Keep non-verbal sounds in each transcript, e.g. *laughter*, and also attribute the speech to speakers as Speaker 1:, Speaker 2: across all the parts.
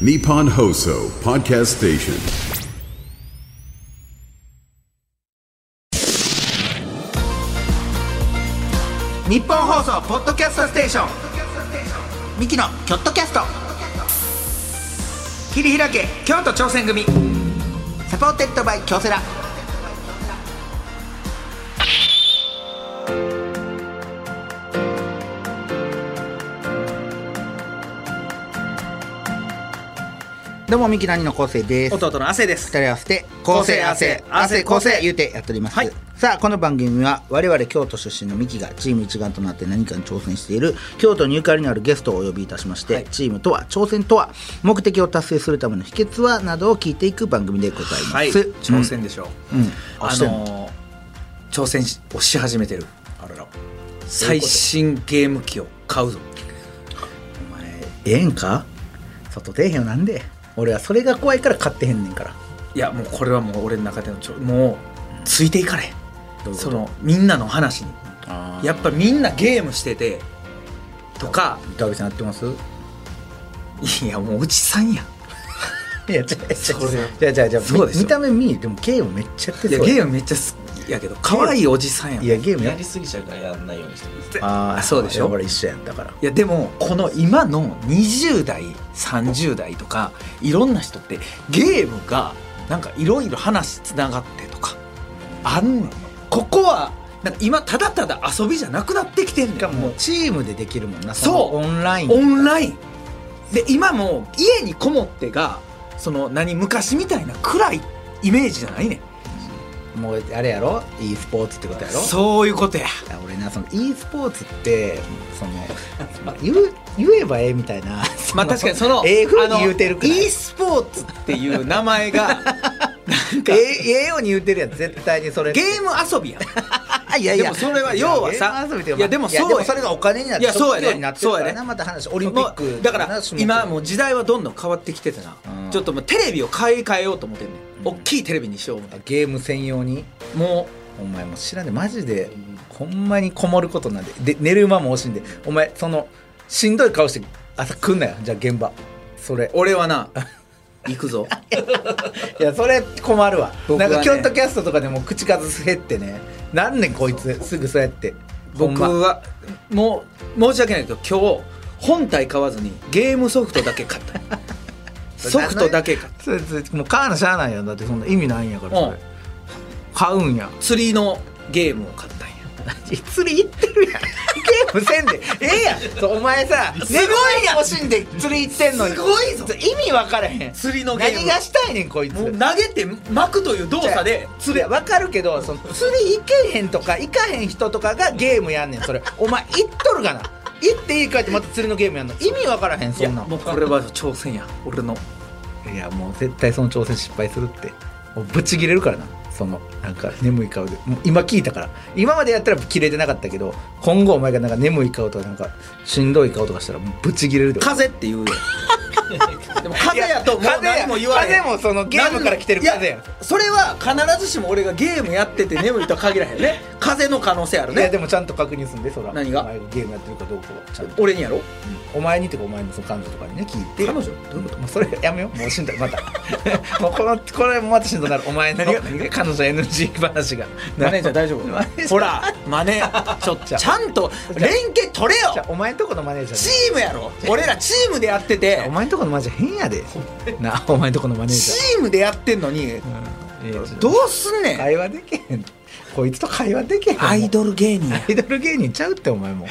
Speaker 1: Nippon Hoso Podcast Station.
Speaker 2: 日本放送ポッドキャストステーションミキのキョットキャスト切り開け京都挑戦組サポーテッドバイ京セラどうもミキナニの昴生です
Speaker 3: 弟の汗です
Speaker 2: 二人合わせて構成汗汗構成言うてやっております、
Speaker 3: はい
Speaker 2: さあこの番組は我々京都出身のミキがチーム一丸となって何かに挑戦している京都入会にあるゲストをお呼びいたしまして、
Speaker 3: はい
Speaker 2: チームとは挑戦とは目的を達成するための秘訣はなどを聞いていく番組でございます、
Speaker 3: はい挑戦でしょう、
Speaker 2: うん、うんあ
Speaker 3: あ
Speaker 2: してんの
Speaker 3: のー挑戦しをし始めてるあらら最新ゲーム機を買うぞ
Speaker 2: お前ええんか外出えへんよなんで俺はそれが怖いから買ってへんねんから
Speaker 3: いやもうこれはもう俺の中でのちょもうついていかれ
Speaker 2: どういうこと
Speaker 3: そのみんなの話に
Speaker 2: あ
Speaker 3: やっぱみんなゲームしててとか
Speaker 2: ダビさんやってます
Speaker 3: いやもうおじさんや
Speaker 2: いや違う違う
Speaker 3: それ
Speaker 2: 違う違う違う
Speaker 3: そうでしょ
Speaker 2: 見た目見えてもゲームめっちゃやって
Speaker 3: いや
Speaker 2: そう
Speaker 3: ゲームめっちゃ好きやけど可愛いおじさんやん
Speaker 2: いやゲームや
Speaker 4: やりすぎちゃうからやらないようにしてます
Speaker 2: あ
Speaker 3: あそうでしょ
Speaker 2: これ一緒やんだから
Speaker 3: いやでもこの今の20代30代とかいろんな人ってゲームがなんかいろいろ話つながってとかあんねんここはなんか今ただただ遊びじゃなくなってきてんねんもう
Speaker 2: チームでできるもんな
Speaker 3: そう
Speaker 2: のオンライン
Speaker 3: オンラインで今も家にこもってがその何昔みたいな暗いイメージじゃないねん
Speaker 2: もうあれやろ e スポーツってことやろ
Speaker 3: そういうことや
Speaker 2: いや俺なその e スポーツってその *laughs* 言う言えばええみたいな
Speaker 3: まあ確かにその
Speaker 2: ええふう
Speaker 3: あの
Speaker 2: に言うてるくらい
Speaker 3: e スポーツっていう名前 *laughs* が
Speaker 2: ええええように言うてるやん絶対にそれ
Speaker 3: ゲーム遊びやん
Speaker 2: あいやいや
Speaker 3: でもそれは要はさ
Speaker 2: いやゲーム遊びって
Speaker 3: いやでもそう
Speaker 2: い
Speaker 3: や
Speaker 2: やでもそれがお金になって
Speaker 3: いやそうやね
Speaker 2: 職業になってるから
Speaker 3: そうや
Speaker 2: な
Speaker 3: ね
Speaker 2: また話オリンピック
Speaker 3: だから
Speaker 2: 話も
Speaker 3: 今もう時代はどんどん変わってきててな、
Speaker 2: うん
Speaker 3: ちょっともうテレビを買い替えようと思ってんね、ん大きいテレビにしよう思って
Speaker 2: ゲーム専用に
Speaker 3: も
Speaker 2: お前もう知らんでマジでほんまにこもることなんでで寝る間も惜しんでお前そのしんどい顔して朝来んなよじゃあ現場それ
Speaker 3: う俺
Speaker 2: *laughs*
Speaker 3: はな行くぞ
Speaker 2: いやそれ困るわ、
Speaker 3: 僕
Speaker 2: な
Speaker 3: は
Speaker 2: ん
Speaker 3: ね
Speaker 2: かキョントキャストとかでも口数減ってねなんねんこいつすぐそうやって
Speaker 3: 僕
Speaker 2: ほんま
Speaker 3: はもう申し訳ないけど今日本体買わずにゲームソフトだけ買った
Speaker 2: *laughs*
Speaker 3: ソフトだけ買っ
Speaker 2: それそれもう買わなしゃあないやんだってそんな意味ないんやから
Speaker 3: た、う
Speaker 2: そ
Speaker 3: ん
Speaker 2: れ、買うんや
Speaker 3: 釣りのゲームを買ったんや
Speaker 2: 釣り行ってるやんゲームせんでええやんそうお前さすごいや惜しんで釣り行ってんのにすごいぞ意味分からへん
Speaker 3: 釣りのゲーム
Speaker 2: *laughs* 何がしたいねんこいつ
Speaker 3: もう投げて巻くという動作で
Speaker 2: 釣
Speaker 3: 釣
Speaker 2: り
Speaker 3: れ
Speaker 2: 分かるけどその釣り行けへんとか行かへん人とかがゲームやんねんそれお前行っとるがな行っていいかってまた釣りのゲームやんの意味分からへん
Speaker 3: い
Speaker 2: そ
Speaker 3: や
Speaker 2: んなん
Speaker 3: もうこれは挑戦や俺の
Speaker 2: いやもう絶対その挑戦失敗するってもうぶち切れるからなそのなんか眠い顔でもう今聞いたから今までやったら切れてなかったけど今後お前がなんか眠い顔とかなんかしんどい顔とかしたらもうぶち切れるで
Speaker 3: 風って言うよ *laughs* でも風やともう何も言われへん
Speaker 2: 風もそのゲームから来てる風やん
Speaker 3: いそれは必ずしも俺がゲームやってて眠いとは限らへんね *laughs* 風の可能性ある
Speaker 2: いや
Speaker 3: ね
Speaker 2: でもちゃんと確認すんでそら
Speaker 3: 何が
Speaker 2: お前がゲームやってるかどうかはちゃんと
Speaker 3: 俺にやろ
Speaker 2: お前にとかお前のその彼女とかにね聞いて
Speaker 3: 彼女どういうこと
Speaker 2: もうそれやめようもうしんどいまた *laughs* もうこのこれもまたしんどくなるお前の
Speaker 3: 何が
Speaker 2: 彼女 NG 話が
Speaker 3: マネージャー大丈
Speaker 2: マネージャー
Speaker 3: 夫ほらマネーちょ
Speaker 2: じゃあ
Speaker 3: ちゃんと連携取れ
Speaker 2: じゃ
Speaker 3: よ
Speaker 2: あお前んとこのマネージャー
Speaker 3: チ
Speaker 2: ね
Speaker 3: ームやろ俺らチームでやってて
Speaker 2: お前んとこのマネージャー変やでなお前んとこのマネージ
Speaker 3: チームでやってんのに
Speaker 2: ャー、いやちょっと
Speaker 3: どうすんねん
Speaker 2: 会話できへんこいつと会話できへん
Speaker 3: アイドル芸人
Speaker 2: アイドル芸人ちゃうってお前も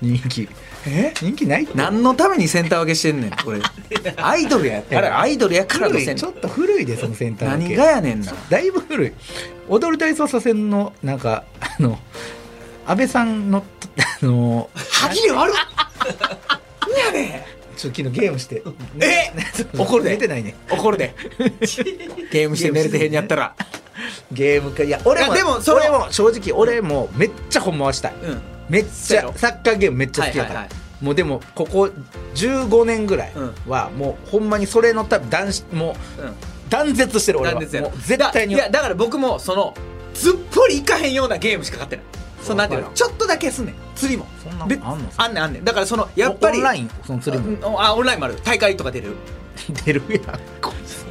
Speaker 2: 人気
Speaker 3: え
Speaker 2: 人気ないって
Speaker 3: 何のためにセンター分けしてんねんこれ *laughs* アイドルやからアイドルやからの
Speaker 2: 古
Speaker 3: セ
Speaker 2: い
Speaker 3: ン
Speaker 2: ち
Speaker 3: タ
Speaker 2: ょっ
Speaker 3: ー
Speaker 2: と古いでそのセンター分
Speaker 3: 何
Speaker 2: け
Speaker 3: がやねんな
Speaker 2: だいぶ古い踊り大捜査線のなんかあの安倍さんのあの
Speaker 3: 歯切れ悪っ何やねん
Speaker 2: ちょっと昨日ゲームして
Speaker 3: え
Speaker 2: *laughs*
Speaker 3: 怒るで
Speaker 2: 出てないね *laughs*
Speaker 3: 怒るでゲームして寝れてへんやったら
Speaker 2: ゲームかいや俺も
Speaker 3: いやでもそれ
Speaker 2: 俺も正直俺もめっちゃほんまはしたい、
Speaker 3: うん
Speaker 2: めっ
Speaker 3: そう
Speaker 2: ち
Speaker 3: や
Speaker 2: ゃ
Speaker 3: ろ
Speaker 2: サッカーゲームめっちゃ好きやから、
Speaker 3: はいはいは
Speaker 2: もうでもここ15年ぐらいはもうほんまにそれの多分断しも
Speaker 3: うん
Speaker 2: う断絶してる俺は
Speaker 3: 断絶やろ
Speaker 2: もう絶対に
Speaker 3: だいやだから僕もそのずっぽりいかへんようなゲームしか買ってないそうなんていう
Speaker 2: わ
Speaker 3: の
Speaker 2: か
Speaker 3: ちょっとだけすんねん釣りも
Speaker 2: そんなん
Speaker 3: で
Speaker 2: あんの
Speaker 3: あんねんあんねんだからそのやっぱり
Speaker 2: オンラインその釣りも
Speaker 3: ああオンラインもある大会とか出れる
Speaker 5: 出
Speaker 3: *laughs*
Speaker 5: るやんこいつ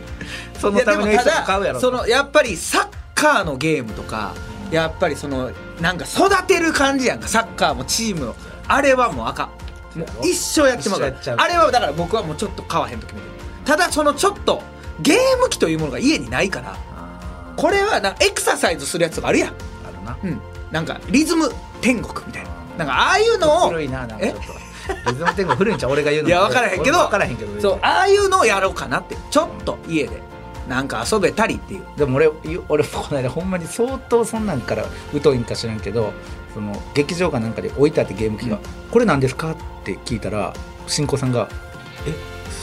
Speaker 5: その
Speaker 3: いや
Speaker 5: た
Speaker 3: で
Speaker 5: め
Speaker 3: も
Speaker 5: の
Speaker 3: た
Speaker 5: 人買うや
Speaker 3: だ
Speaker 5: ろ
Speaker 3: そのやっぱりサッカーのゲームとかやっぱりそのなんか育てる感じやんかサッカーもチームをあれはもうあかんもう一生やってもらう
Speaker 5: 一生やっちゃう
Speaker 3: あれはだから僕はもうちょっと買わへんと決めてるただそのちょっとゲーム機というものが家にないから
Speaker 5: あ
Speaker 3: これはなんかエクササイズするやつとかあるやん
Speaker 5: ーあるな
Speaker 3: うんなんかリズム天国みたいななんかああいうのを
Speaker 5: 古いななんかち
Speaker 3: え
Speaker 5: ょっとリズム天国古いんちゃう俺が言うの
Speaker 3: いや分からへんけど
Speaker 5: 分からへんけど
Speaker 3: そうああいうのをやろうかなってちょっと家でなんか遊べたりっていう
Speaker 5: でも俺い俺もこの間ほんまに相当そんなんから疎いんか知らんけどその劇場かなんかで置いてあってゲーム機が「
Speaker 3: うん
Speaker 5: これなんですか?」って聞いたら新子さんが「え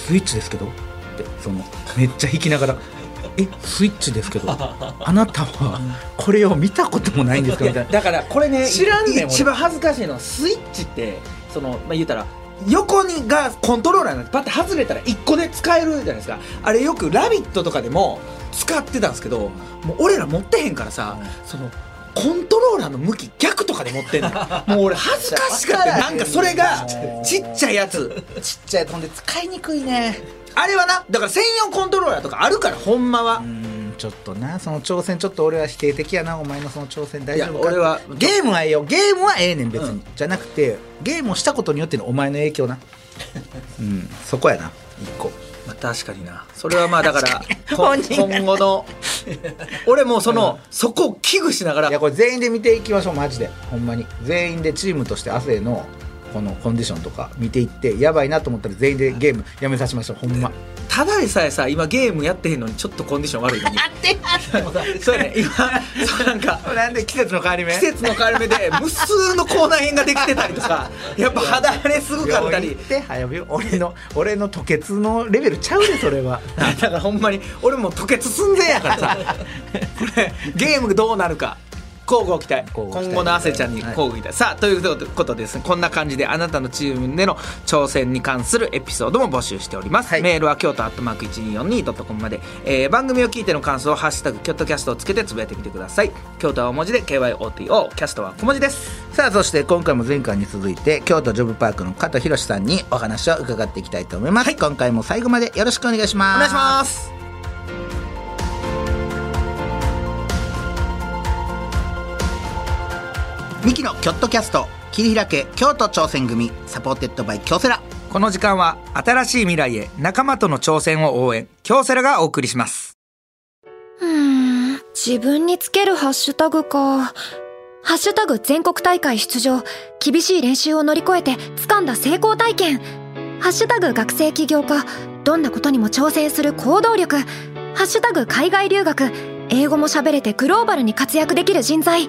Speaker 5: スイッチですけど?」ってそのめっちゃ弾きながら「えスイッチですけどあなたはこれを見たこともないんですか?」みたいな。
Speaker 3: だからこれね
Speaker 5: 知らんねん俺
Speaker 3: 一番恥ずかしいのはスイッチってその、まあ、言うたら横にがコントローラーなんてパッて外れたら1個で使えるじゃないですかあれよく「ラビット!」とかでも使ってたんですけどもう俺ら持ってへんからさ、そのコントローラーの向き逆とかで持
Speaker 5: *laughs*
Speaker 3: ってんのもう俺恥ずかしかったなんかそれがちっちゃいやつ
Speaker 5: ちっちゃい飛んで使いにくいね
Speaker 3: あれはなだから専用コントローラーとかあるからほんまは
Speaker 5: う、ーんちょっとなその挑戦ちょっと俺は否定的やなお前のその挑戦大丈夫か
Speaker 3: いや俺は
Speaker 5: ゲームはええよゲームはええねん別に、
Speaker 3: うん
Speaker 5: じゃなくてゲームをしたことによってのお前の影 *laughs* 響なうんそこやな一個
Speaker 3: まあ、確かになそれはまあだからこ
Speaker 5: 本人が
Speaker 3: 今後
Speaker 5: *laughs*
Speaker 3: の俺もうその、そこを危惧しながら
Speaker 5: いやこれ全員で見ていきましょうマジでほんまに全員でチームとして亜生のこのコンディションとか見ていってやばいなと思ったら全員でゲームやめさせましょうほんま
Speaker 3: ただでさえさ今ゲームやってへんのにちょっとコンディション悪いのにそうやね今そうなん
Speaker 5: *laughs*
Speaker 3: か
Speaker 5: なんで季節の変わり目
Speaker 3: 季節の変わり目で無数の口内炎ができてたりとかやっぱ肌荒れすごかった
Speaker 5: 病院
Speaker 3: り
Speaker 5: 行って早病俺の俺の吐血のレベルちゃうでそれは
Speaker 3: *laughs* だからほんまに俺もう吐血寸前やから *laughs* さこれゲームどうなるか交互期待
Speaker 5: 乞うご期待
Speaker 3: 今後のあせちゃんに
Speaker 5: はい
Speaker 3: 交互期待、さあということでですねこんな感じであなたのチームでの挑戦に関するエピソードも募集しております、
Speaker 5: はい
Speaker 3: メールは京都アットマーク 1242.com まで、えー番組を聞いての感想を「ハッシュタグキョットキャスト」をつけてつぶやいてみてください京都は大文字で KYOTO キャストは小文字です
Speaker 5: さあそして今回も前回に続いて京都ジョブパークの加藤博さんにお話を伺っていきたいと思います、今回も最後までよろしくお願いします
Speaker 3: お願いします
Speaker 5: ミキのキョットキャスト切り開け京都挑戦組サポーテッドバイ京セラ
Speaker 3: この時間は新しい未来へ仲間との挑戦を応援京セラがお送りします
Speaker 6: うーん自分につけるハッシュタグか。ハッシュタグ全国大会出場。厳しい練習を乗り越えて掴んだ成功体験。ハッシュタグ学生起業家。どんなことにも挑戦する行動力。ハッシュタグ海外留学。英語も喋れてグローバルに活躍できる人材。っ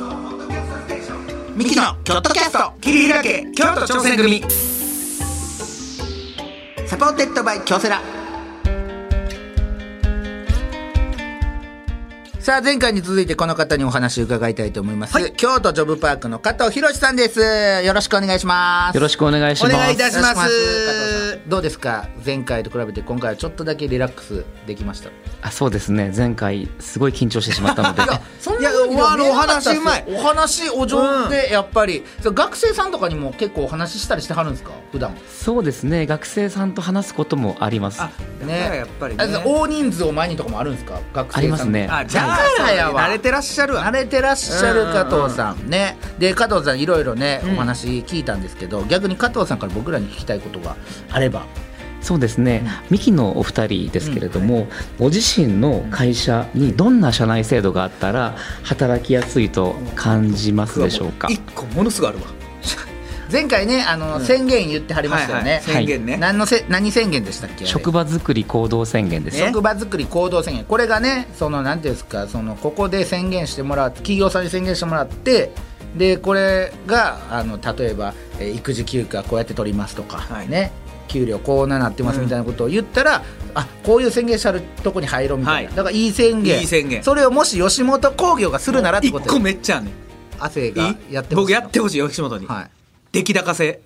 Speaker 5: ンミキのキョットキャスト切り開け京都挑戦組サポーテッドバイ京セラさあ前回に続いてこの方にお話を伺いたいと思います、京都ジョブパークの加藤博さんですよろしくお願いします
Speaker 7: よろしくお願いし
Speaker 3: お
Speaker 7: ます。
Speaker 3: 願いいたします
Speaker 5: お願い加藤さんどうですか前回と比べて今回はちょっとだけリラックスできました
Speaker 7: あそうですね前回すごい緊張してしまったので
Speaker 5: そん
Speaker 3: いや
Speaker 5: 風にでも
Speaker 3: あの
Speaker 5: 見えなかったっす
Speaker 3: お話うまい
Speaker 5: お話お上手でやっぱり、そう学生さんとかにも結構お話ししたりしてはるんですか普段
Speaker 7: そうですね学生さんと話すこともあります。
Speaker 3: あ
Speaker 5: ね
Speaker 3: だからやっぱりね
Speaker 5: あそう大人数を前にとかもあるんですか学生さん
Speaker 7: ありますね
Speaker 3: あじゃあ
Speaker 5: だからやわ
Speaker 3: 慣れてらっしゃるわ
Speaker 5: 慣れてらっしゃる加藤さんねで加藤さんいろいろねお話聞いたんですけど、逆に加藤さんから僕らに聞きたいことがあれば
Speaker 7: そうですね、ミキのお二人ですけれども、ご自身の会社にどんな社内制度があったら働きやすいと感じますでしょうか。
Speaker 3: 一個ものすごいあるわ
Speaker 5: 前回ねあの、宣言言ってはりましたよね、
Speaker 3: はいはい宣言ね
Speaker 5: 何のせ何宣言でしたっけあれ
Speaker 7: 職場づくり行動宣言ですね。
Speaker 5: 職場作り行動宣言これがねそのなんていうんですかそのここで宣言してもらって企業さんに宣言してもらってでこれがあの例えば、えー育児休暇こうやって取りますとか、
Speaker 3: はい
Speaker 5: ね給料こうななってますみたいなことを言ったら、あこういう宣言者あるとこに入ろうみたいな、
Speaker 3: はい
Speaker 5: だからいい宣言
Speaker 3: いい宣言
Speaker 5: それをもし吉本興業がするならって
Speaker 3: 一
Speaker 5: こと
Speaker 3: 個めっちゃあんねん
Speaker 5: 汗がやってほしい
Speaker 3: 僕やってほしい吉本に、
Speaker 5: はい
Speaker 3: 出来高制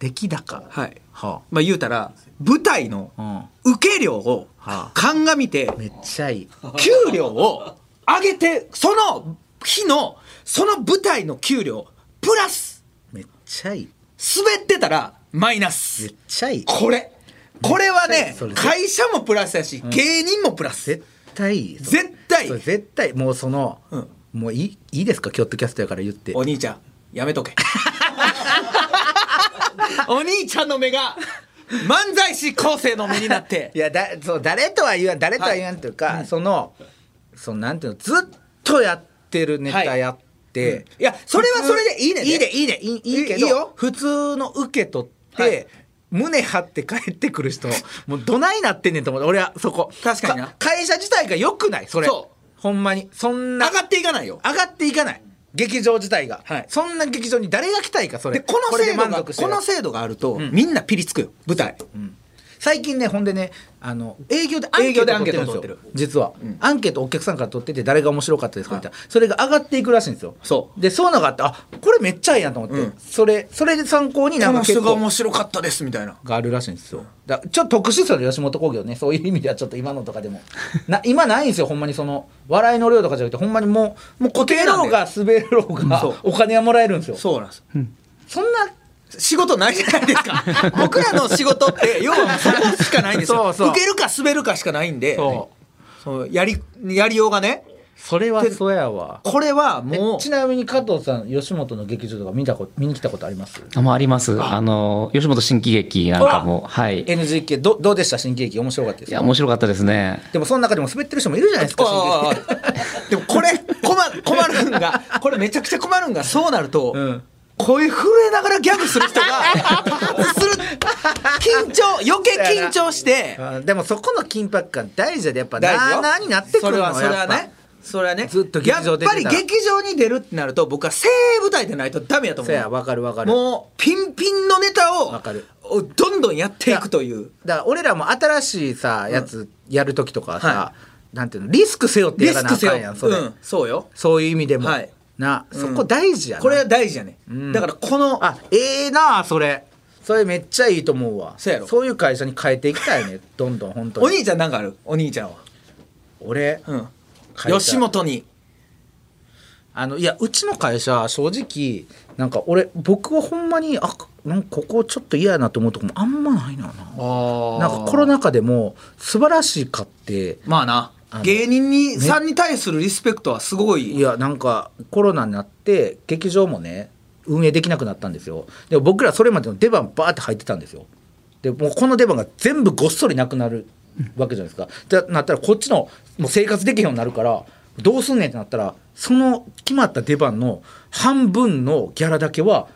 Speaker 5: 出来高
Speaker 3: はい
Speaker 5: は
Speaker 3: まあ言うたら舞台の
Speaker 5: あ、
Speaker 3: 受け料を
Speaker 5: はあ
Speaker 3: 鑑みて
Speaker 5: うん、めっちゃいい
Speaker 3: 給料を上げてその日のその舞台の給料プラス
Speaker 5: めっちゃいい
Speaker 3: 滑ってたらマイナ
Speaker 5: めっ
Speaker 3: ス
Speaker 5: ちゃいい
Speaker 3: これこれはね
Speaker 5: それ
Speaker 3: 会社もプラスやし芸人もプラス
Speaker 5: 絶対いいそれ
Speaker 3: 絶対
Speaker 5: それ絶対もうその、
Speaker 3: うん
Speaker 5: もういいいいですかキョットキャストやから言って
Speaker 3: お兄ちゃんやめと
Speaker 5: *laughs*
Speaker 3: けお兄ちゃんの目が漫才師構成の目になって
Speaker 5: いやだそう誰とは言わん誰とは言わんというか、そのそのなんていうのずっとやってるネタやって、
Speaker 3: はいうんいやそれはそれでいいねんで
Speaker 5: いいでいいでいいいいけど
Speaker 3: いいよ
Speaker 5: 普通の受け取って、
Speaker 3: はい
Speaker 5: 胸張って帰ってくる人 *laughs* もうどないなってんねんと思って俺はそこ
Speaker 3: 確かにな
Speaker 5: 会社自体が良くないそれ
Speaker 3: そ
Speaker 5: ほんまにそんな
Speaker 3: 上がっていかないよ
Speaker 5: 上がっていかない劇場自体が、
Speaker 3: はい
Speaker 5: そんな劇場に誰が来たいかそれ
Speaker 3: でこの
Speaker 5: れ
Speaker 3: 制
Speaker 5: で
Speaker 3: 度
Speaker 5: 満
Speaker 3: が
Speaker 5: 足して
Speaker 3: こ
Speaker 5: る
Speaker 3: の制度があると、みんなピリつくよ舞台、
Speaker 5: 最近ねほんでねあの営業で
Speaker 3: 営業で
Speaker 5: アンケート
Speaker 3: ア
Speaker 5: 取
Speaker 3: ン
Speaker 5: って
Speaker 3: ケー
Speaker 5: る
Speaker 3: ト取
Speaker 5: ん
Speaker 3: って
Speaker 5: ですよ実は、アンケートお客さんから取ってて誰が面白かったですかみたいな、それが上がっていくらしいんですよ
Speaker 3: そう
Speaker 5: でそういうのがあってあこれめっちゃいいなと思って、
Speaker 3: うん
Speaker 5: それそれで参考にな
Speaker 3: こ
Speaker 5: んか
Speaker 3: の
Speaker 5: 結
Speaker 3: 人が
Speaker 5: 構
Speaker 3: 面白かったですみたいな
Speaker 5: があるらしいんですよだちょっと特殊ですよね吉本興業ねそういう意味ではちょっと今のとかでもな今ないんですよほんまにその笑いの量とかじゃなくてほんまにもうもう固定
Speaker 3: 定なん
Speaker 5: ろう
Speaker 3: で
Speaker 5: が滑ろうが、
Speaker 3: そう
Speaker 5: お金はもらえるんですよ
Speaker 3: そうなんです
Speaker 5: そんな
Speaker 3: 仕事ないじゃないですか
Speaker 5: *laughs*
Speaker 3: 僕らの仕事って要はそこしかないんですよ
Speaker 5: そうそう
Speaker 3: 受けるか滑るかしかないんで
Speaker 5: そ
Speaker 3: そうやりやりようがね
Speaker 5: それは
Speaker 3: で
Speaker 5: そうやわ
Speaker 3: これはも
Speaker 5: え
Speaker 3: う
Speaker 5: ちなみに加藤さん吉本の劇場とか見たこ見に来たことあります
Speaker 7: あもうあります。あの、吉本新喜劇なんかも、はい。
Speaker 5: NGK どどうでした新喜劇面白かったで
Speaker 7: い
Speaker 5: す
Speaker 7: や、
Speaker 5: か
Speaker 7: 面白かったですね。
Speaker 5: でもその中でも滑ってる人もいるじゃないですか
Speaker 3: あ
Speaker 5: 新喜
Speaker 3: あでもこれ困困るんがこれめちゃくちゃ困るんがそうなると、
Speaker 5: ん
Speaker 3: 声震えながらギャグする人がする緊張余計緊張して
Speaker 5: 劇あでもそこの緊迫感大事でやっぱ
Speaker 3: 大事
Speaker 5: な
Speaker 3: よ
Speaker 5: あなあになってく
Speaker 3: そ
Speaker 5: る
Speaker 3: れ
Speaker 5: の
Speaker 3: は
Speaker 5: は
Speaker 3: それ
Speaker 5: や
Speaker 3: は
Speaker 5: っぱ
Speaker 3: ねそれはね
Speaker 5: ずっと劇場出てたら
Speaker 3: やっぱり劇場に出るってなると僕は精鋭舞台でないとダメやと思
Speaker 5: そう
Speaker 3: う
Speaker 5: やわかるわかる
Speaker 3: もうピンピンのネタを
Speaker 5: わかる
Speaker 3: をどんどんやっていくという
Speaker 5: だから俺らも新しいさやつやる時とかさ、
Speaker 3: は
Speaker 5: なんていうのリスク背負って
Speaker 3: リ
Speaker 5: やら
Speaker 3: ス
Speaker 5: なあ
Speaker 3: クせ
Speaker 5: かんや
Speaker 3: よ
Speaker 5: んそれ、
Speaker 3: うん、そうよ
Speaker 5: そういう意味でも、
Speaker 3: はい
Speaker 5: な
Speaker 3: うん
Speaker 5: そこ大事やな、
Speaker 3: これは大事やね、だからこの
Speaker 5: あええなあそれそれめっちゃいいと思うわ
Speaker 3: そうやろ
Speaker 5: いう会社に変えていき
Speaker 3: *laughs*
Speaker 5: たいねどんどん本当に
Speaker 3: お兄ちゃんなんかあるお兄ちゃんは、
Speaker 5: 俺、
Speaker 3: うん、
Speaker 5: 会社
Speaker 3: 吉本に
Speaker 5: あのいやうちの会社正直なんか俺僕はほんまにあなんかここちょっと嫌やなと思うとこもあんまないな
Speaker 3: あ
Speaker 5: なんかコロナ禍でも素晴らしかって
Speaker 3: まあな
Speaker 5: あの
Speaker 3: 芸人にさんに対するリスペクトはすごい
Speaker 5: いやなんかコロナになって劇場もね運営できなくなったんですよでも僕らそれまでの出番バーって入ってたんですよでもうこの出番が全部ごっそりなくなるわけじゃないですかじゃなったらこっちのもう生活できへんようになるからどうすんねんってなったらその決まった出番の半分のギャラだけは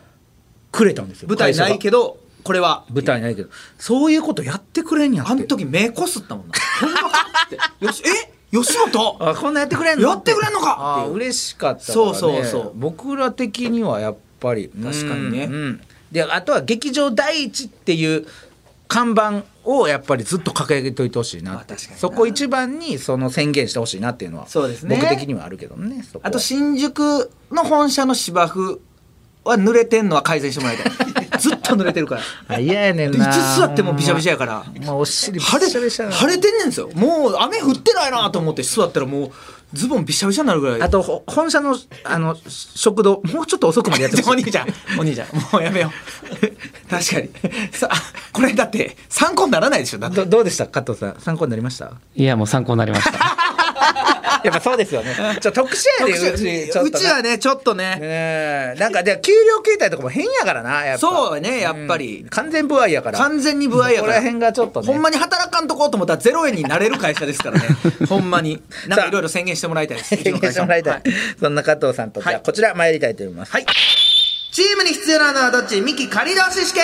Speaker 5: くれたんですよ
Speaker 3: 舞台ないけ
Speaker 5: ど
Speaker 3: どこれは
Speaker 5: 舞台ないけどそういうことやってくれんやって
Speaker 3: あの時目こすったもんなほんまかってよしえ吉本
Speaker 5: あこんなやってくれんの
Speaker 3: やってくれんのか
Speaker 5: あー
Speaker 3: っていう
Speaker 5: 嬉しかったから、
Speaker 3: そ
Speaker 5: ね、
Speaker 3: うそうそう
Speaker 5: 僕ら的にはやっぱり
Speaker 3: 確かにね
Speaker 5: うんうんであとは劇場第一っていう看板をやっぱりずっと掲げておいてほしいなって
Speaker 3: あ確かにな
Speaker 5: そこ一番にその宣言してほしいなっていうのは
Speaker 3: そうですね
Speaker 5: 僕的にはあるけどねそこは
Speaker 3: あと新宿の本社の芝生は濡れてんのは改善してもらいたいずっと濡れてるから
Speaker 5: あ嫌やねんない
Speaker 3: つ座ってもびしゃびしゃやから
Speaker 5: ほんまほんまお尻びしゃ
Speaker 3: 晴れ
Speaker 5: びしゃな
Speaker 3: 晴れてんねんですよもう雨降ってないなと思って座ったらもうズボンびしゃびしゃになるぐらい
Speaker 5: あとほ本社のあの食堂もうちょっと遅くまでやって
Speaker 3: *laughs* お
Speaker 5: ほしい
Speaker 3: 兄ちゃんお兄ちゃんもうやめよう *laughs* 確かにさこれだって参考にならないでしょだって
Speaker 5: どどうでした加藤さん参考になりました
Speaker 7: いや、もう参考になりました。
Speaker 5: やっぱそうですよね *laughs* ちょ特殊やで
Speaker 3: 特殊
Speaker 5: ちょっ
Speaker 3: う
Speaker 5: と
Speaker 3: ちはねちょっとね
Speaker 5: ねえなんかで給料形態とかも変やからなやっぱ
Speaker 3: そうねやっぱり
Speaker 5: うん完全不合やから
Speaker 3: 完全に不合や
Speaker 5: こ
Speaker 3: か
Speaker 5: こ
Speaker 3: ら
Speaker 5: ら辺がちょっとね
Speaker 3: ほんまに働かんとこうと思ったらゼロ円になれる会社ですから
Speaker 5: *laughs*
Speaker 3: ねほんまになん
Speaker 5: さあ
Speaker 3: かいろいろ宣言してもらいたいです
Speaker 5: 経験してもらいた
Speaker 3: う
Speaker 5: い、
Speaker 3: ちの会社もは
Speaker 5: そんな加藤さんとじゃあ
Speaker 3: はい
Speaker 5: こちら参りたいと思いますはいチームに必要なのはどっちミキ仮同士試験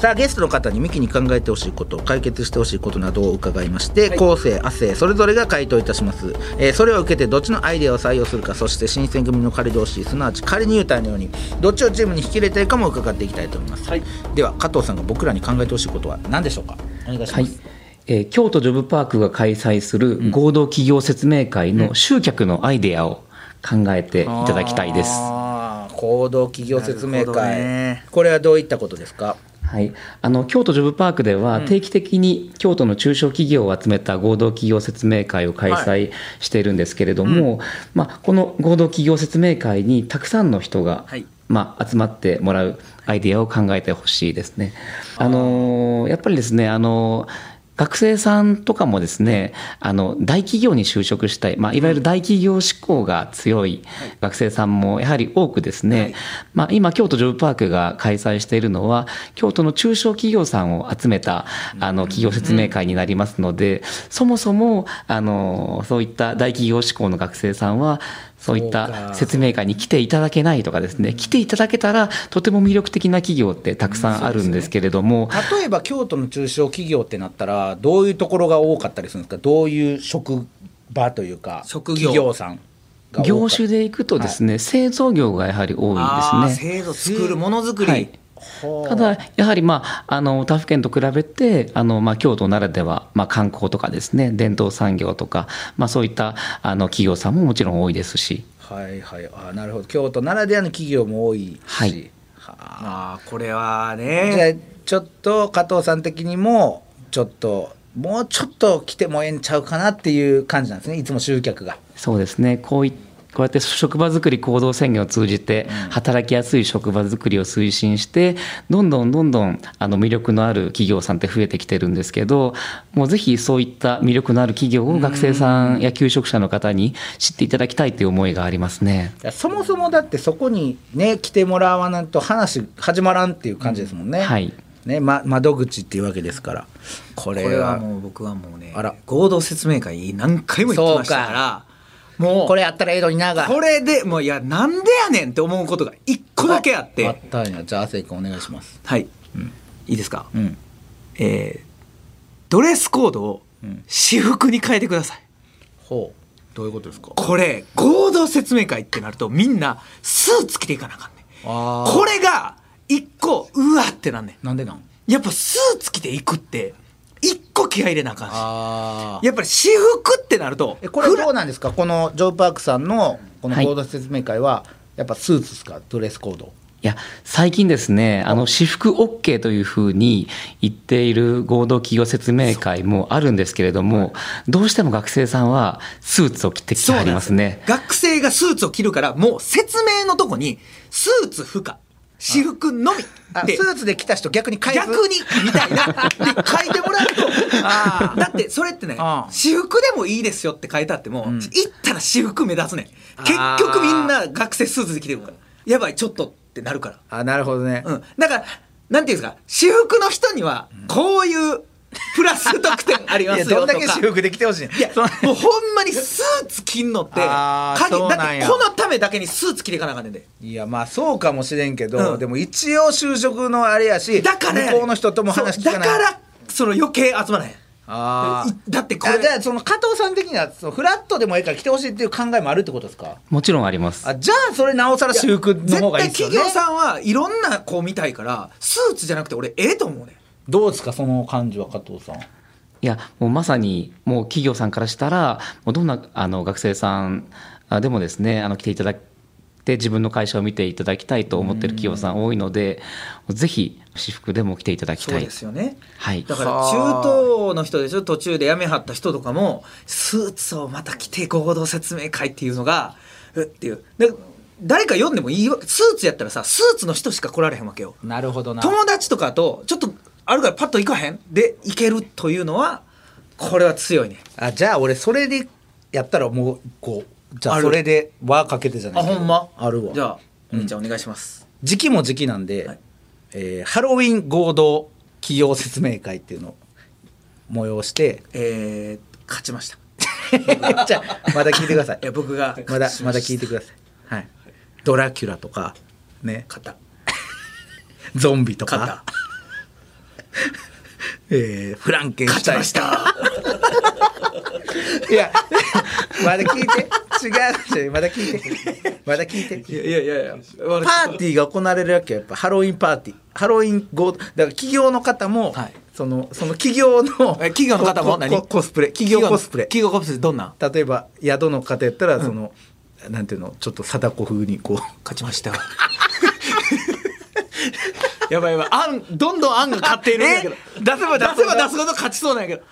Speaker 2: さあゲストの方にミキに考えてほしいこと解決してほしいことなどを伺いまして、後世亜生それぞれが回答いたします、えーそれを受けてどっちのアイデアを採用するかそして新選組の仮同士すなわち仮入隊のようにどっちをチームに引き入れたいかも伺っていきたいと思います、では加藤さんが僕らに考えてほしいことは何でしょうかお願いします、
Speaker 7: はいえー京都ジョブパークが開催する合同企業説明会の集客のアイデアを考えていただきたいです。
Speaker 2: あー行動企業説明
Speaker 3: なるほど
Speaker 2: 会、
Speaker 3: ね
Speaker 2: これはどういったことですか
Speaker 7: はい、あの京都ジョブパークでは定期的に京都の中小企業を集めた合同企業説明会を開催しているんですけれども、まあ、この合同企業説明会にたくさんの人が、
Speaker 3: はい
Speaker 7: まあ、集まってもらうアイデアを考えてほしいですね。あのーやっぱりですね、あのー学生さんとかもですね、あの、大企業に就職したい、まあ、いわゆる大企業志向が強い学生さんもやはり多くですね、まあ、今、京都ジョブパークが開催しているのは、京都の中小企業さんを集めた、あの、企業説明会になりますので、そもそも、あの、そういった大企業志向の学生さんは、そういっ
Speaker 5: そう
Speaker 7: た
Speaker 5: か
Speaker 7: 説明会に来ていただけないとかですね、来ていただけたら、とても魅力的な企業ってたくさんあるんですけれども、
Speaker 5: 例えば京都の中小企業ってなったらどういうところが多かったりするんですかどういう職場というか
Speaker 3: 職業
Speaker 5: 企業さんが多か
Speaker 7: 業種でいくとですね、製造業がやはり多い
Speaker 3: あ
Speaker 7: ですね。
Speaker 3: ー制度作るものづくり、
Speaker 7: はいただやはり、まあ、あの他府県と比べてあの、まあ、京都ならでは、まあ、観光とかですね伝統産業とか、まあ、そういったあの企業さんももちろん多いですし、
Speaker 5: はいはいあーなるほど京都ならではの企業も多いし、
Speaker 7: はい
Speaker 5: は
Speaker 3: あーこれは
Speaker 5: あじゃあ
Speaker 3: ね
Speaker 5: ちょっと加藤さん的にもちょっともうちょっと来てもええんちゃうかなっていう感じなんですねいつも集客が
Speaker 7: そうですねこういこうやって職場づくり行動宣言を通じて働きやすい職場づくりを推進してどんどんどんどんあの魅力のある企業さんって増えてきてるんですけどもうぜひそういった魅力のある企業を学生さんや求職者の方に知っていただきたいという思いがありますね。
Speaker 5: いやそもそもだってそこにね来てもらわないと話始まらんっていう感じですもんね、
Speaker 7: はい
Speaker 5: ね、ま、窓口っていうわけですからこれ
Speaker 3: これは
Speaker 5: は
Speaker 3: もう僕はもうね
Speaker 5: あら
Speaker 3: 合同説明会何回も行ってましたからもう
Speaker 5: これやったらええのになが
Speaker 3: これでもういやなんでやねんって思うことが一個だけあって
Speaker 5: あったんやじゃあ亜生君お願いします
Speaker 3: はい、いいですか、
Speaker 5: うん
Speaker 3: えードレスコードを私服に変えてください
Speaker 5: ほうどういうことですか
Speaker 3: これ合同説明会ってなるとみんなスーツ着ていかなあかんねん
Speaker 5: あ
Speaker 3: これが一個うわってなんね
Speaker 5: なんでなん
Speaker 3: んやっぱスーツ着ていくって一個気合い入れなあかんし
Speaker 5: あ
Speaker 3: やっぱり私服ってなると
Speaker 5: えこれどうなんですかこのジョーパークさんのこの
Speaker 7: はい
Speaker 5: 合同説明会はやっぱスーツですかドレスコード
Speaker 7: いや最近ですねあの私服 OK というふうに言っている合同企業説明会もあるんですけれどもどうしても学生さんはスーツを着てきて
Speaker 3: そうな
Speaker 7: は
Speaker 3: んで
Speaker 7: り
Speaker 3: よ
Speaker 7: ますね。
Speaker 3: 学生がスーツを着るからもう説明のとこにスーツ不可私服のみ
Speaker 5: あス
Speaker 3: で
Speaker 5: ーツで来た人逆に返す
Speaker 3: 逆にみたいな
Speaker 5: *laughs*
Speaker 3: で書いてもらうとだってそれってね
Speaker 5: あー
Speaker 3: 私服でもいいですよって書いてあっても、行ったら私服目立つねん結
Speaker 5: あー
Speaker 3: 局みんな学生スーツで着てるからやばいちょっとってなるから
Speaker 5: あなるほどね、
Speaker 3: うん、だからなんていうんですか私服の人にはこういうプラス得点ありま
Speaker 5: いや
Speaker 3: すよ
Speaker 5: ど
Speaker 3: と
Speaker 5: ん
Speaker 3: か
Speaker 5: だけ私服で来てほしい
Speaker 3: いや、もうほんまにスーツ着んのって、
Speaker 5: あー
Speaker 3: 鍵
Speaker 5: そう
Speaker 3: だ
Speaker 5: な
Speaker 3: っ
Speaker 5: ん
Speaker 3: て
Speaker 5: や
Speaker 3: このためだけにスーツ着ていかなあかんねんで。
Speaker 5: いやまあそうかもしれんけど、
Speaker 3: うん
Speaker 5: でも一応就職のあれやし
Speaker 3: だからやねん
Speaker 5: 向こうの人とも話聞かない
Speaker 3: そうだから、その余計集まらへん。
Speaker 5: あー
Speaker 3: いだってこれ
Speaker 5: あじゃあその加藤さん的にはそのフラットでもいいから来てほしいっていう考えもあるってことですか
Speaker 7: もちろんあります。
Speaker 5: あじゃあそれなおさら私服の方がいいですよね
Speaker 3: 絶対企業さんはいろんな子見たいから、スーツじゃなくて俺ええと思うねん。
Speaker 5: どうですかその感じは加藤さん
Speaker 7: いやもうまさにもう企業さんからしたらもうどんなあの学生さんあでもですねあの来ていただいて自分の会社を見ていただきたいと思ってる企業さん多いのでぜひ私服でも来ていただき
Speaker 3: そ
Speaker 7: た
Speaker 3: う
Speaker 7: い
Speaker 3: で。すよね。
Speaker 7: はい
Speaker 3: だから中東の人でしょ途中で辞めはった人とかもスーツをまた着て合同説明会っていうのがうっていうで誰か読んでもいいわスーツやったらさスーツの人しか来られへんわけよ
Speaker 5: なるほどな
Speaker 3: 友達とかとちょっとあるからパッと行かへんで行けるというのはこれは強いね
Speaker 5: あじゃあ俺それでやったらもうこうじゃ
Speaker 3: あ
Speaker 5: あ
Speaker 3: る
Speaker 5: それで輪かけてじゃないけどあるわ
Speaker 3: じゃあお兄ちゃんお願いします、
Speaker 5: 時期も時期なんで、
Speaker 3: はい
Speaker 5: えーハロウィン合同企業説明会っていうのを催して
Speaker 3: えー、勝ちました
Speaker 5: *laughs* じゃあまだ聞いてください
Speaker 3: いや僕が勝ち
Speaker 5: まだ
Speaker 3: した
Speaker 5: まだ聞いてくださいはいドラキュラとかね
Speaker 3: 勝った
Speaker 5: ゾンビとか
Speaker 3: 勝っ
Speaker 5: *laughs* えー、フランケンシュタイン
Speaker 3: た
Speaker 5: *laughs* いやまだ聞いて違う違うまだ聞いてまだ聞いて
Speaker 3: いやいやいやいや
Speaker 5: パーティーが行われるわけよやっぱハロウィンパーティーハロウィン後だから企業の方も、
Speaker 3: はい
Speaker 5: そのその企業の
Speaker 3: *laughs* *laughs* え企業の方も
Speaker 5: こ
Speaker 3: 何
Speaker 5: こコスプレ企業コスプレ
Speaker 3: 企業コスプレどんな
Speaker 5: 例えば宿の方やったらその、なんていうのちょっと貞子風にこう
Speaker 3: 勝ちました *laughs* やばいやばいあんどんどんあんが勝っているんだ
Speaker 5: *laughs*
Speaker 3: けど
Speaker 5: 出せば
Speaker 3: 出せば出す
Speaker 5: ば
Speaker 3: ほど勝ちそうなんやけど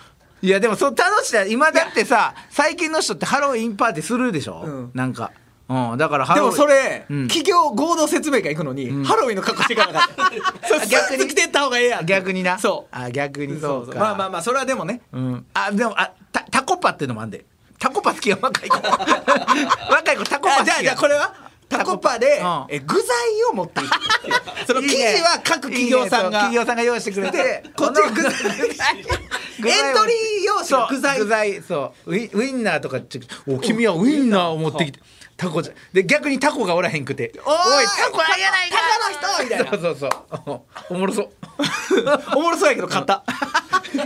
Speaker 5: いやでもそう楽しい今だってさ最近の人ってハロウィンパーティーするでしょ、
Speaker 3: うん
Speaker 5: なんか、うん、だからハ
Speaker 3: で
Speaker 5: ロウィ
Speaker 3: もそ
Speaker 5: ン
Speaker 3: れ、
Speaker 5: うん
Speaker 3: 企業合同説明会行くのに、ハロウィンの格好していかなかったそれ *laughs* 逆に来てった方がええやん
Speaker 5: 逆にな
Speaker 3: そう
Speaker 5: あ逆にそうか
Speaker 3: まあまあまあそれはでもね
Speaker 5: うん、あでもあたタコパっていうのもあんでタコパ好きや若い
Speaker 3: *laughs*
Speaker 5: 子若い子タコパ好
Speaker 3: あ
Speaker 5: き
Speaker 3: じゃあじゃあこれはタコパで
Speaker 5: タコパうん
Speaker 3: え具材を持っていくっていう *laughs* その
Speaker 5: い
Speaker 3: 生
Speaker 5: いね
Speaker 3: 地は各企業さんが
Speaker 5: いいねそう企業さんが用意してくれて
Speaker 3: *laughs* こっちが具材エントリー用紙
Speaker 5: そう
Speaker 3: の具材
Speaker 5: 具材そうウィウインナーとかちょお君はウインナーを持ってきてタコじゃで逆にタコがおらへんくて
Speaker 3: お
Speaker 5: 「
Speaker 3: ーい
Speaker 5: タコはやないか!」
Speaker 3: タコの人みたいな
Speaker 5: そうそう *laughs* そうおもろそう
Speaker 3: おもろそうやけど買 *laughs* った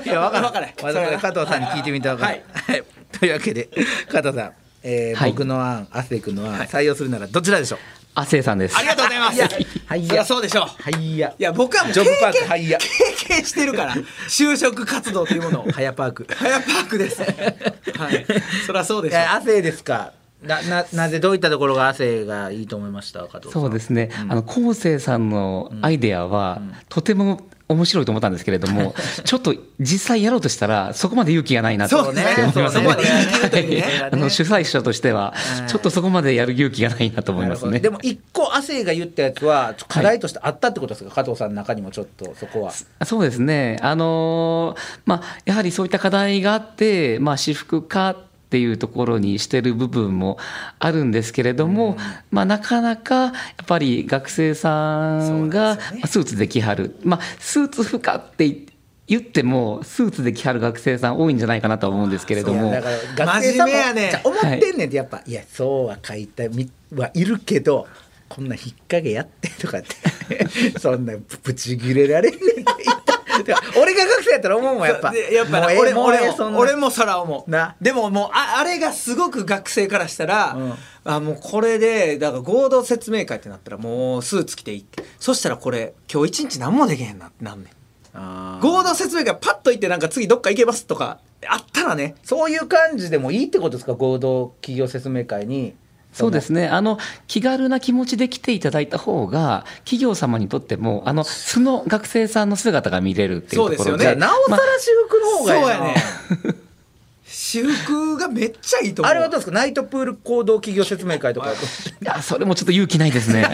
Speaker 5: いや、
Speaker 3: *laughs*
Speaker 5: わからん。
Speaker 3: わからん
Speaker 5: わざわざ加藤さんに聞いてみたらわからん。はい。というわけで、加藤さん、えー
Speaker 7: はい
Speaker 5: 僕の案、亜生君の案、採用するならどちらでしょう
Speaker 7: 亜生さんです
Speaker 3: ありがとうございます
Speaker 5: いや
Speaker 3: は
Speaker 5: はいい
Speaker 3: そりゃそうでしょう
Speaker 5: はいや
Speaker 3: いや僕はもう
Speaker 5: ジ
Speaker 3: 経
Speaker 5: ョブパーク
Speaker 3: 験
Speaker 5: はいや
Speaker 3: 経験してるから就職活動というものを
Speaker 5: はやパー *laughs* ク。
Speaker 3: ハヤパークですはいそりゃそうで
Speaker 5: い
Speaker 3: しょう
Speaker 5: や、亜生ですか。な、な、なぜどういったところが亜生がいいと思いました加藤さん。
Speaker 7: そうですね、あの昴生さんのアイデアは、とても面白いと思ったんですけれども、 *laughs* ちょっと実際やろうとしたら、そこまで勇気がないなと
Speaker 5: そ
Speaker 7: 思
Speaker 5: う
Speaker 7: い
Speaker 5: ねそ
Speaker 7: ます
Speaker 5: うね
Speaker 7: ね。は
Speaker 5: そこまでやりきるというね
Speaker 7: い *laughs* あの主催者としては、ちょっとそこまでやる勇気がないなと思い
Speaker 5: な
Speaker 7: ま
Speaker 5: る
Speaker 7: す
Speaker 5: ほど
Speaker 7: ね。
Speaker 5: でも一個亜生が言ったやつはちょ課題としてあったってことですか、加藤さんの中にもちょっとそこは
Speaker 7: そうですね、あのーまあ、やはりそういった課題があって、まあ、私服化っていうところにしてる部分もあるんですけれども、まあ、なかなかやっぱり学生さんがまあスーツで着はる、まあ、スーツ不可って言言ってもスーツで着はる学生さん多いんじゃないかなとは思うんですけれども
Speaker 5: だから学生さん
Speaker 3: 真面目
Speaker 5: も
Speaker 3: やね
Speaker 5: じゃあ思ってんねんってやっぱ、い、やそうは書いたみはいるけどこんな引っ掛けやってとかっ
Speaker 3: *laughs*
Speaker 5: てそんなぶぶち切れられんねんって言っただから俺が学生やったら思うもんやっぱ
Speaker 3: でやっぱな
Speaker 5: もうええ
Speaker 3: 俺も
Speaker 5: うええ
Speaker 3: 俺
Speaker 5: そん
Speaker 3: も
Speaker 5: な
Speaker 3: 俺もそら思う
Speaker 5: な
Speaker 3: でももうああれがすごく学生からしたら、
Speaker 5: うん
Speaker 3: あもうこれでだから合同説明会ってなったらもうスーツ着ていいそしたらこれ今日一日何もできへんなってなんねん
Speaker 5: あー
Speaker 3: 合同説明会パッと行ってなんか次どっか行けますとかあったらね
Speaker 5: そういう感じでもいいってことですか合同企業説明会に
Speaker 7: そうですねあの気軽な気持ちで来ていただいた方が企業様にとってもあの素の学生さんの姿が見れるっていうところで
Speaker 3: そうです
Speaker 5: じゃ
Speaker 3: よね
Speaker 5: あなおさら私服の方がいいな、
Speaker 3: 私服がめっちゃいいと思う
Speaker 5: あれはどうですかナイトプール行動企業説明会とか
Speaker 7: いや、それもちょっと勇気ないです *laughs* ね。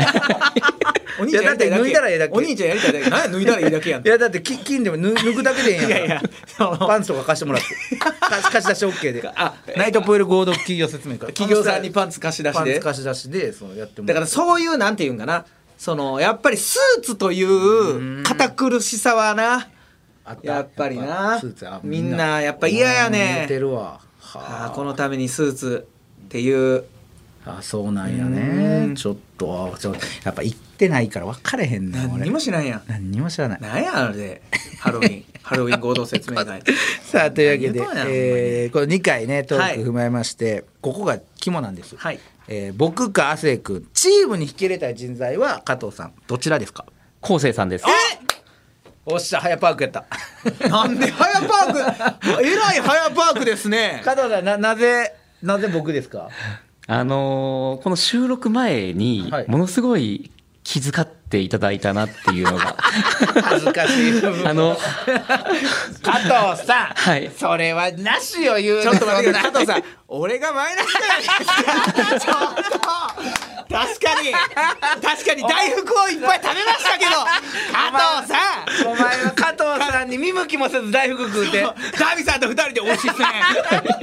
Speaker 3: お兄ちゃんやりたいだけ
Speaker 5: いやだって脱いだらええだけ
Speaker 3: お兄ちゃんやりたいだけ何や脱いだらいいだけやん
Speaker 5: いやだってき金でも脱脱ぐだけでええんやから
Speaker 3: いやいやその
Speaker 5: *laughs* パンツとか貸してもら *laughs* って貸し貸し出し OK で
Speaker 3: あ
Speaker 5: ナイトプール合同企業説明会
Speaker 3: 企業さんにパンツ貸し出し
Speaker 5: パン
Speaker 3: で
Speaker 5: ツ貸し出しでそのやっても
Speaker 3: だかららそういうなんていうんかなそのやっぱりスーツという堅苦しさはな
Speaker 5: あた
Speaker 3: やっぱりな
Speaker 5: スーツあ
Speaker 3: みんなやっぱ嫌やね
Speaker 5: 似てるわは
Speaker 3: あーこのためにスーツっていう
Speaker 5: ああそうなんやねちょっとあちょっとやっぱ行ってないから分かれへんねん
Speaker 3: 何
Speaker 5: 俺
Speaker 3: にもしないやん
Speaker 5: 何にも知らない
Speaker 3: 何やあれでハロウィンハロウィン合同説明会
Speaker 5: *laughs* さあというわけ
Speaker 3: 何言うとんやろ
Speaker 5: で、えーこの2回ねト
Speaker 3: はい
Speaker 5: ーク踏まえまして、ここが肝なんです、
Speaker 3: はい
Speaker 5: えー僕か亜生君チームに引き入れたい人材は加藤さんどちらですか
Speaker 7: 昴生さんです。
Speaker 5: おっしゃ早パークやった
Speaker 3: なんでハヤパ
Speaker 5: *laughs*
Speaker 3: ークえらいハヤパークですね
Speaker 5: 加藤さんななぜなぜ僕ですか
Speaker 7: あのーこの収録前に
Speaker 5: はい、
Speaker 7: ものすごい気遣っていただいたなっていうの *laughs* が、
Speaker 5: 恥ずかしい
Speaker 7: あの、
Speaker 5: 加藤さん、
Speaker 7: はい
Speaker 5: それはなしを言う
Speaker 3: ちょっと待ってください加藤さ
Speaker 5: ん
Speaker 3: ん俺がマイナスだよちょっと確かに確かに大福をいっぱい食べましたけど加藤さん
Speaker 5: お前は加藤さんに見向きもせず大福食うて
Speaker 3: ダービーさんと二人で美味し
Speaker 5: *laughs*
Speaker 3: いっすね。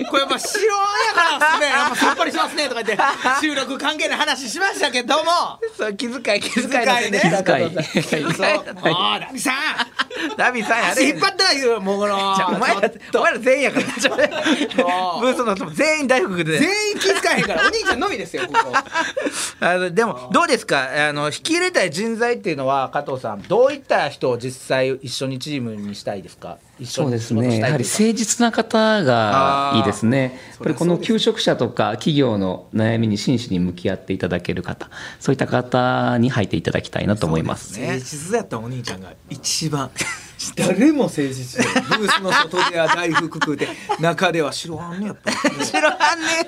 Speaker 3: これやっぱ白やからっすね。やっぱさっぱりしますねとか
Speaker 5: *laughs*
Speaker 3: 言って収録関係ない話しましたけども。
Speaker 5: そう気遣い気遣い
Speaker 3: 遣いね
Speaker 5: 気遣い
Speaker 7: 気遣い
Speaker 3: そう。もうダービーさん。
Speaker 5: ナビさんや
Speaker 3: 足
Speaker 5: れ
Speaker 3: 引っ張ってないよ、もうこの。
Speaker 5: じゃあお前らお前ら全
Speaker 3: *laughs*
Speaker 5: 員やからちょブ
Speaker 3: もう
Speaker 5: ースの人も全員大福で
Speaker 3: 全員気づかへんから、お兄ちゃんのみですよ、ここ。
Speaker 5: あのでもどうですかあの引き入れたい人材っていうのは加藤さんどういった人を実際一緒にチームにしたいですか一緒
Speaker 7: そう
Speaker 5: に
Speaker 7: です
Speaker 5: 仕事し
Speaker 7: ね、や
Speaker 5: たい
Speaker 7: は
Speaker 5: とい
Speaker 7: り
Speaker 5: うか
Speaker 7: 誠実な方がいいですね、やっぱりこの求職者とか企業の悩みに真摯に向き合っていただける方、そういった方に入っていただきたいなと思います。
Speaker 3: 誠実やったお兄ちゃんが一番 *laughs* 誰も誠実でブースの外では大福食
Speaker 5: *laughs*
Speaker 3: うて中では白あんねやっぱり
Speaker 5: 知らんね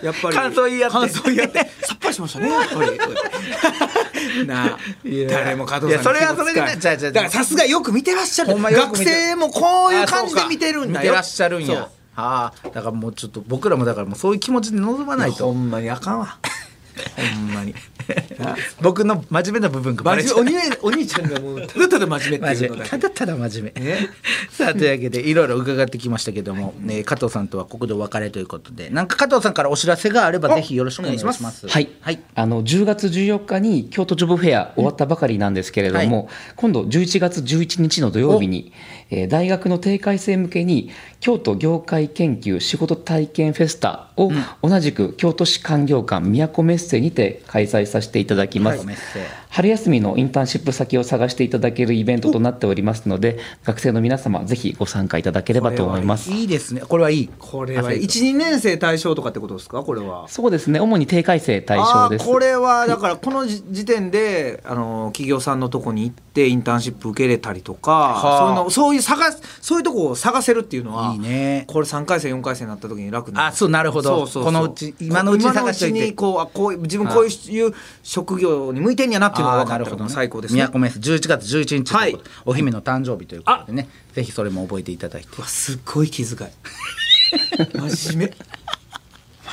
Speaker 3: やっぱり
Speaker 5: 感想言い合って
Speaker 3: 感想言い合っ
Speaker 5: *laughs*
Speaker 3: てさっぱりしましたねやっぱりなあ
Speaker 5: いや
Speaker 3: 誰も加藤さ
Speaker 5: いや
Speaker 3: ん
Speaker 5: それはそれでね
Speaker 3: 気を使い
Speaker 5: じゃあじゃあ
Speaker 3: だからさすがよく見てらっしゃる
Speaker 5: ほんまよく
Speaker 3: 学
Speaker 5: 見て
Speaker 3: 生もこういう感じで
Speaker 5: あそうか
Speaker 3: 見てるんだよ
Speaker 5: 見てらっしゃるん
Speaker 3: そう
Speaker 5: やああだからもうちょっと僕らもだからもうそういう気持ちで臨まない
Speaker 3: ほ
Speaker 5: と
Speaker 3: んまにあかんわ
Speaker 5: *laughs*
Speaker 3: ほんまになあ
Speaker 5: 僕の真面目な部分がバレちゃう
Speaker 3: 真面目お兄ちゃんがもうただただ真面目って
Speaker 5: *laughs* 真
Speaker 3: いう
Speaker 5: 面
Speaker 3: の
Speaker 5: 目
Speaker 3: だけ
Speaker 5: ただただ真面目、
Speaker 3: ね
Speaker 5: *laughs* さあというわけでいろいろ伺ってきましたけども、ね、加藤さんとはここでお別れということでなんか加藤さんからお知らせがあればぜひよろしくお願いします
Speaker 7: はい、あの10月14日に京都ジョブフェア終わったばかりなんですけれども、今度11月11日の土曜日に、えー大学の定会生向けに京都業界研究仕事体験フェスタを、同じく京都市官業館都メッセにて開催させていただきます、
Speaker 5: はいメッセ
Speaker 7: 春休みのインターンシップ先を探していただけるイベントとなっておりますので学生の皆様ぜひご参加いただければと思います
Speaker 5: いいですねこれはいい
Speaker 3: これは12年生対象とかってことですかこれは
Speaker 7: そうですね主に定会生対
Speaker 3: あ
Speaker 7: 象です
Speaker 3: あーこれはだからこのじ時点であの企業さんのとこに行ってインターンシップ受けれたりとか
Speaker 5: あ
Speaker 3: そういうのそういう探すそういうとこを探せるっていうのはい
Speaker 5: いね
Speaker 3: これ3回戦4回戦になった時に楽になる
Speaker 5: あそうなるほど
Speaker 3: そうそうそう
Speaker 5: このうち今のうちに探しとい
Speaker 3: 今の
Speaker 5: て
Speaker 3: うちにこうあこう自分こういう職業に向いてんやなっていうのが分かったら最高ですね
Speaker 5: 宮古メッセ11月11日ということで、
Speaker 3: は
Speaker 5: お姫の誕生日ということでねぜひそれも覚えていただいて
Speaker 3: うわすっごい気遣い *laughs* 真面目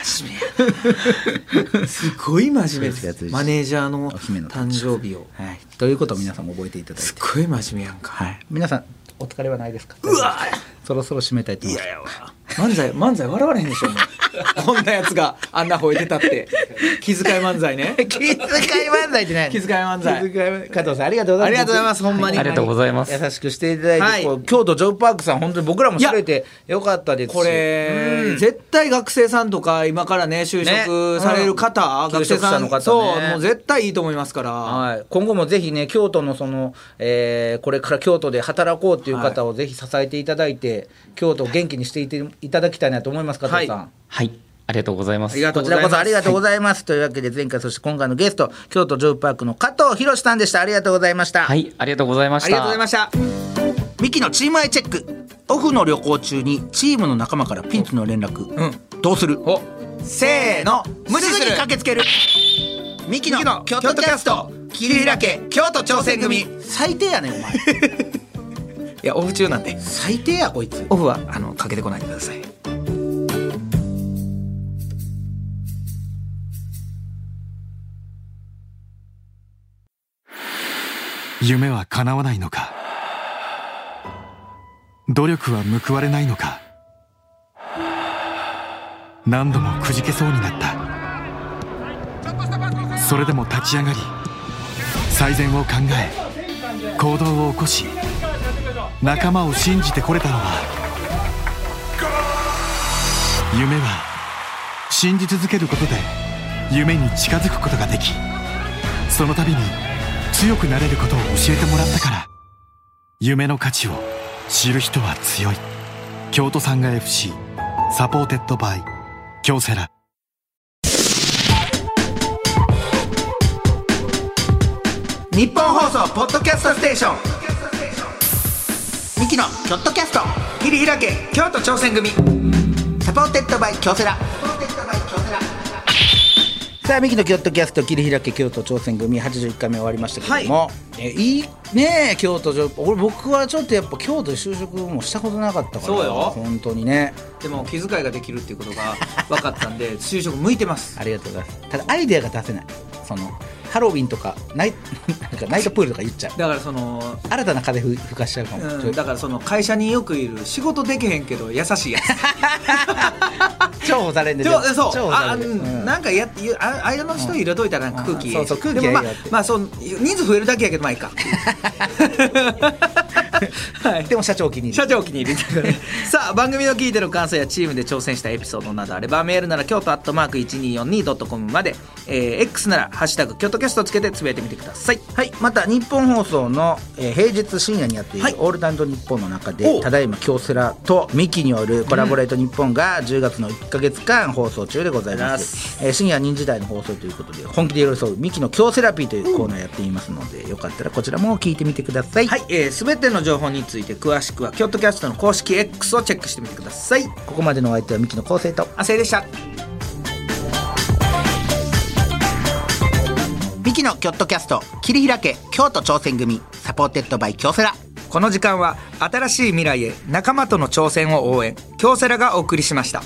Speaker 3: 真面目
Speaker 5: *laughs*
Speaker 3: やすごい真面目
Speaker 5: 11
Speaker 3: で
Speaker 5: 月11
Speaker 3: すマネージャーの
Speaker 5: お姫の
Speaker 3: 誕生日を
Speaker 5: はい、ということを皆さんも覚えていただいて
Speaker 3: すっごい真面目やんか、
Speaker 5: 皆さんお疲れはないですか
Speaker 3: うわ
Speaker 5: そろそろ締めたいと思います
Speaker 3: 漫才漫才笑われへんでしょも
Speaker 5: *laughs*
Speaker 3: うこんなやつがあんな吠えてたって気遣い漫才ね
Speaker 5: *laughs* 気遣い漫才ってな
Speaker 3: *laughs*
Speaker 5: い
Speaker 3: 気遣い漫才
Speaker 5: 気遣い漫加藤さんありがとうございます
Speaker 3: ありがとうございますほんまに
Speaker 7: ありがとうございます
Speaker 5: 優しくしていただいて、
Speaker 3: はい
Speaker 5: こう京都ジョブパークさん本当に僕らも知れてよかったですし
Speaker 3: これ、絶対学生さんとか今からね就職される方、
Speaker 5: ね
Speaker 3: 学生さん
Speaker 5: 求職者の方ね
Speaker 3: そうもう絶対いいと思いますから、
Speaker 5: はい、今後もぜひね京都のその、えーこれから京都で働こうという方をぜひ支えていただいて、京都を元気にしていていただきたいなと思います加藤さん、
Speaker 3: は
Speaker 7: はいありがとうございま
Speaker 3: あ
Speaker 7: す
Speaker 3: りがと
Speaker 5: こ
Speaker 3: うご
Speaker 5: ち
Speaker 3: ざい
Speaker 5: ら
Speaker 3: ま
Speaker 5: こ
Speaker 3: す
Speaker 5: そありがとうございます、というわけで前回そして今回のゲスト京都ジョブパークの加藤博さんでしたありがとうございました、
Speaker 7: はいありがとうございました
Speaker 3: ありがとうございました
Speaker 5: ミキのチームアイチェックオフの旅行中にチームの仲間からピンチの連絡、どうする
Speaker 3: せーの無
Speaker 5: 無
Speaker 3: 視
Speaker 5: 視
Speaker 3: す
Speaker 5: す
Speaker 3: る
Speaker 5: る駆けつけるミキ
Speaker 3: ミキの
Speaker 5: の京都キャスト桐平家京都挑戦組最低やねんお前
Speaker 3: いやオフ中なんで
Speaker 5: 最低やこいつ
Speaker 3: オフはあのかけてこないでください
Speaker 8: 夢は叶わないのか努力は報われないのか何度もくじけそうになったそれでも立ち上がり最善を考え行動を起こし仲間を信じてこれたのは夢は信じ続けることで夢に近づくことができその度に強くなれることを教えてもらったから夢の価値を知る人は強い京都産が FC サポーテッドバイ京セラ
Speaker 5: 日本放送ポッドキャストステーションミキのキョットキャスト桐平家京都挑戦組サポーテッドバイ京セラさあミキのキョットキャスト桐平家京都挑戦組81回目終わりましたけども、えいいねえ京都上俺僕はちょっとやっぱ京都で就職もしたことなかったから
Speaker 3: そうよ
Speaker 5: 本当にね
Speaker 3: でも気遣いができるっていうことが分かったんで就職向いてます
Speaker 5: ありがとうございますただアイデアが出せないそのハロウィンとかナイ *laughs* なんかナイトプールとか言っちゃう
Speaker 3: だからその
Speaker 5: 新たな風吹吹かしちゃうかも、ち
Speaker 3: う
Speaker 5: ょ
Speaker 3: ん、
Speaker 5: い
Speaker 3: だからその会社によくいる仕事できへんけど優しい *laughs* や
Speaker 5: 重宝されん
Speaker 3: つで
Speaker 5: でる
Speaker 3: もそう
Speaker 5: 重
Speaker 3: あ
Speaker 5: 宝さ
Speaker 3: あ
Speaker 5: れるうん
Speaker 3: なんかやゆあ間の人入れといたらなんか空気
Speaker 5: うんそうそう空気
Speaker 3: でもまあ
Speaker 5: がいいよっ
Speaker 3: *laughs*
Speaker 5: て
Speaker 3: まあそう人数増えるだけやけどまあいいかはい
Speaker 2: でも社長お気に入り
Speaker 3: 社長お気に入りという *laughs* ことでさあ番組の聞いての感想やチームで挑戦したエピソードなどあればメールなら京都アットマーク 1242.com まで、えー X なら「ハッシュタグ京都キャスト」つけてつぶやいてみてください
Speaker 5: はい、また日本放送の、えー平日深夜にやっている
Speaker 3: はい
Speaker 5: 「オールナイトニッポン」の中で、
Speaker 3: おう
Speaker 5: ただいま京セラとミキによるコラボレート日本が10月の1か月間放送中でございます、えー深夜2時台の放送ということで本気で寄り添うミキの京セラピーというコーナーやっていますので、よかったらこちらも聞いてみてください、
Speaker 3: はい、えー、全ての情報について詳しくは京都キャストの公式 X をチェックしてみてください
Speaker 5: ここまでのお相手はミキの昴生と
Speaker 3: 亜生でした
Speaker 5: ミキのキョットキャスト切り開け京都挑戦組サポーテッドバイ京セラ
Speaker 3: この時間は新しい未来へ仲間との挑戦を応援京セラがお送りしました